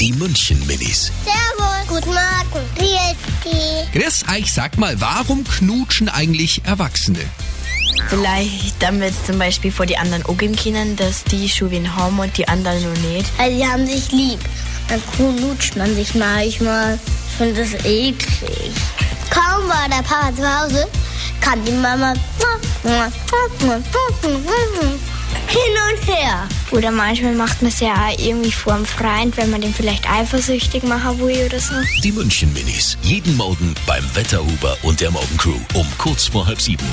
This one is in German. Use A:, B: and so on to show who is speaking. A: Die München Minis.
B: Servus. Guten Morgen. Wie ist die?
A: Chris, ah, ich sag mal, warum knutschen eigentlich Erwachsene?
C: Vielleicht, damit zum Beispiel vor die anderen umgehen können, dass die schon wen haben und die anderen nur nicht.
B: Also, die haben sich lieb. Dann knutscht man sich manchmal. Ich finde das eklig. Kaum war der Papa zu Hause, kann die Mama hin und her.
C: Oder manchmal macht man es ja auch irgendwie vor dem Freund, wenn man den vielleicht eifersüchtig machen will oder so.
A: Die München Minis. Jeden Morgen beim Wetterhuber und der Morgencrew um kurz vor halb sieben.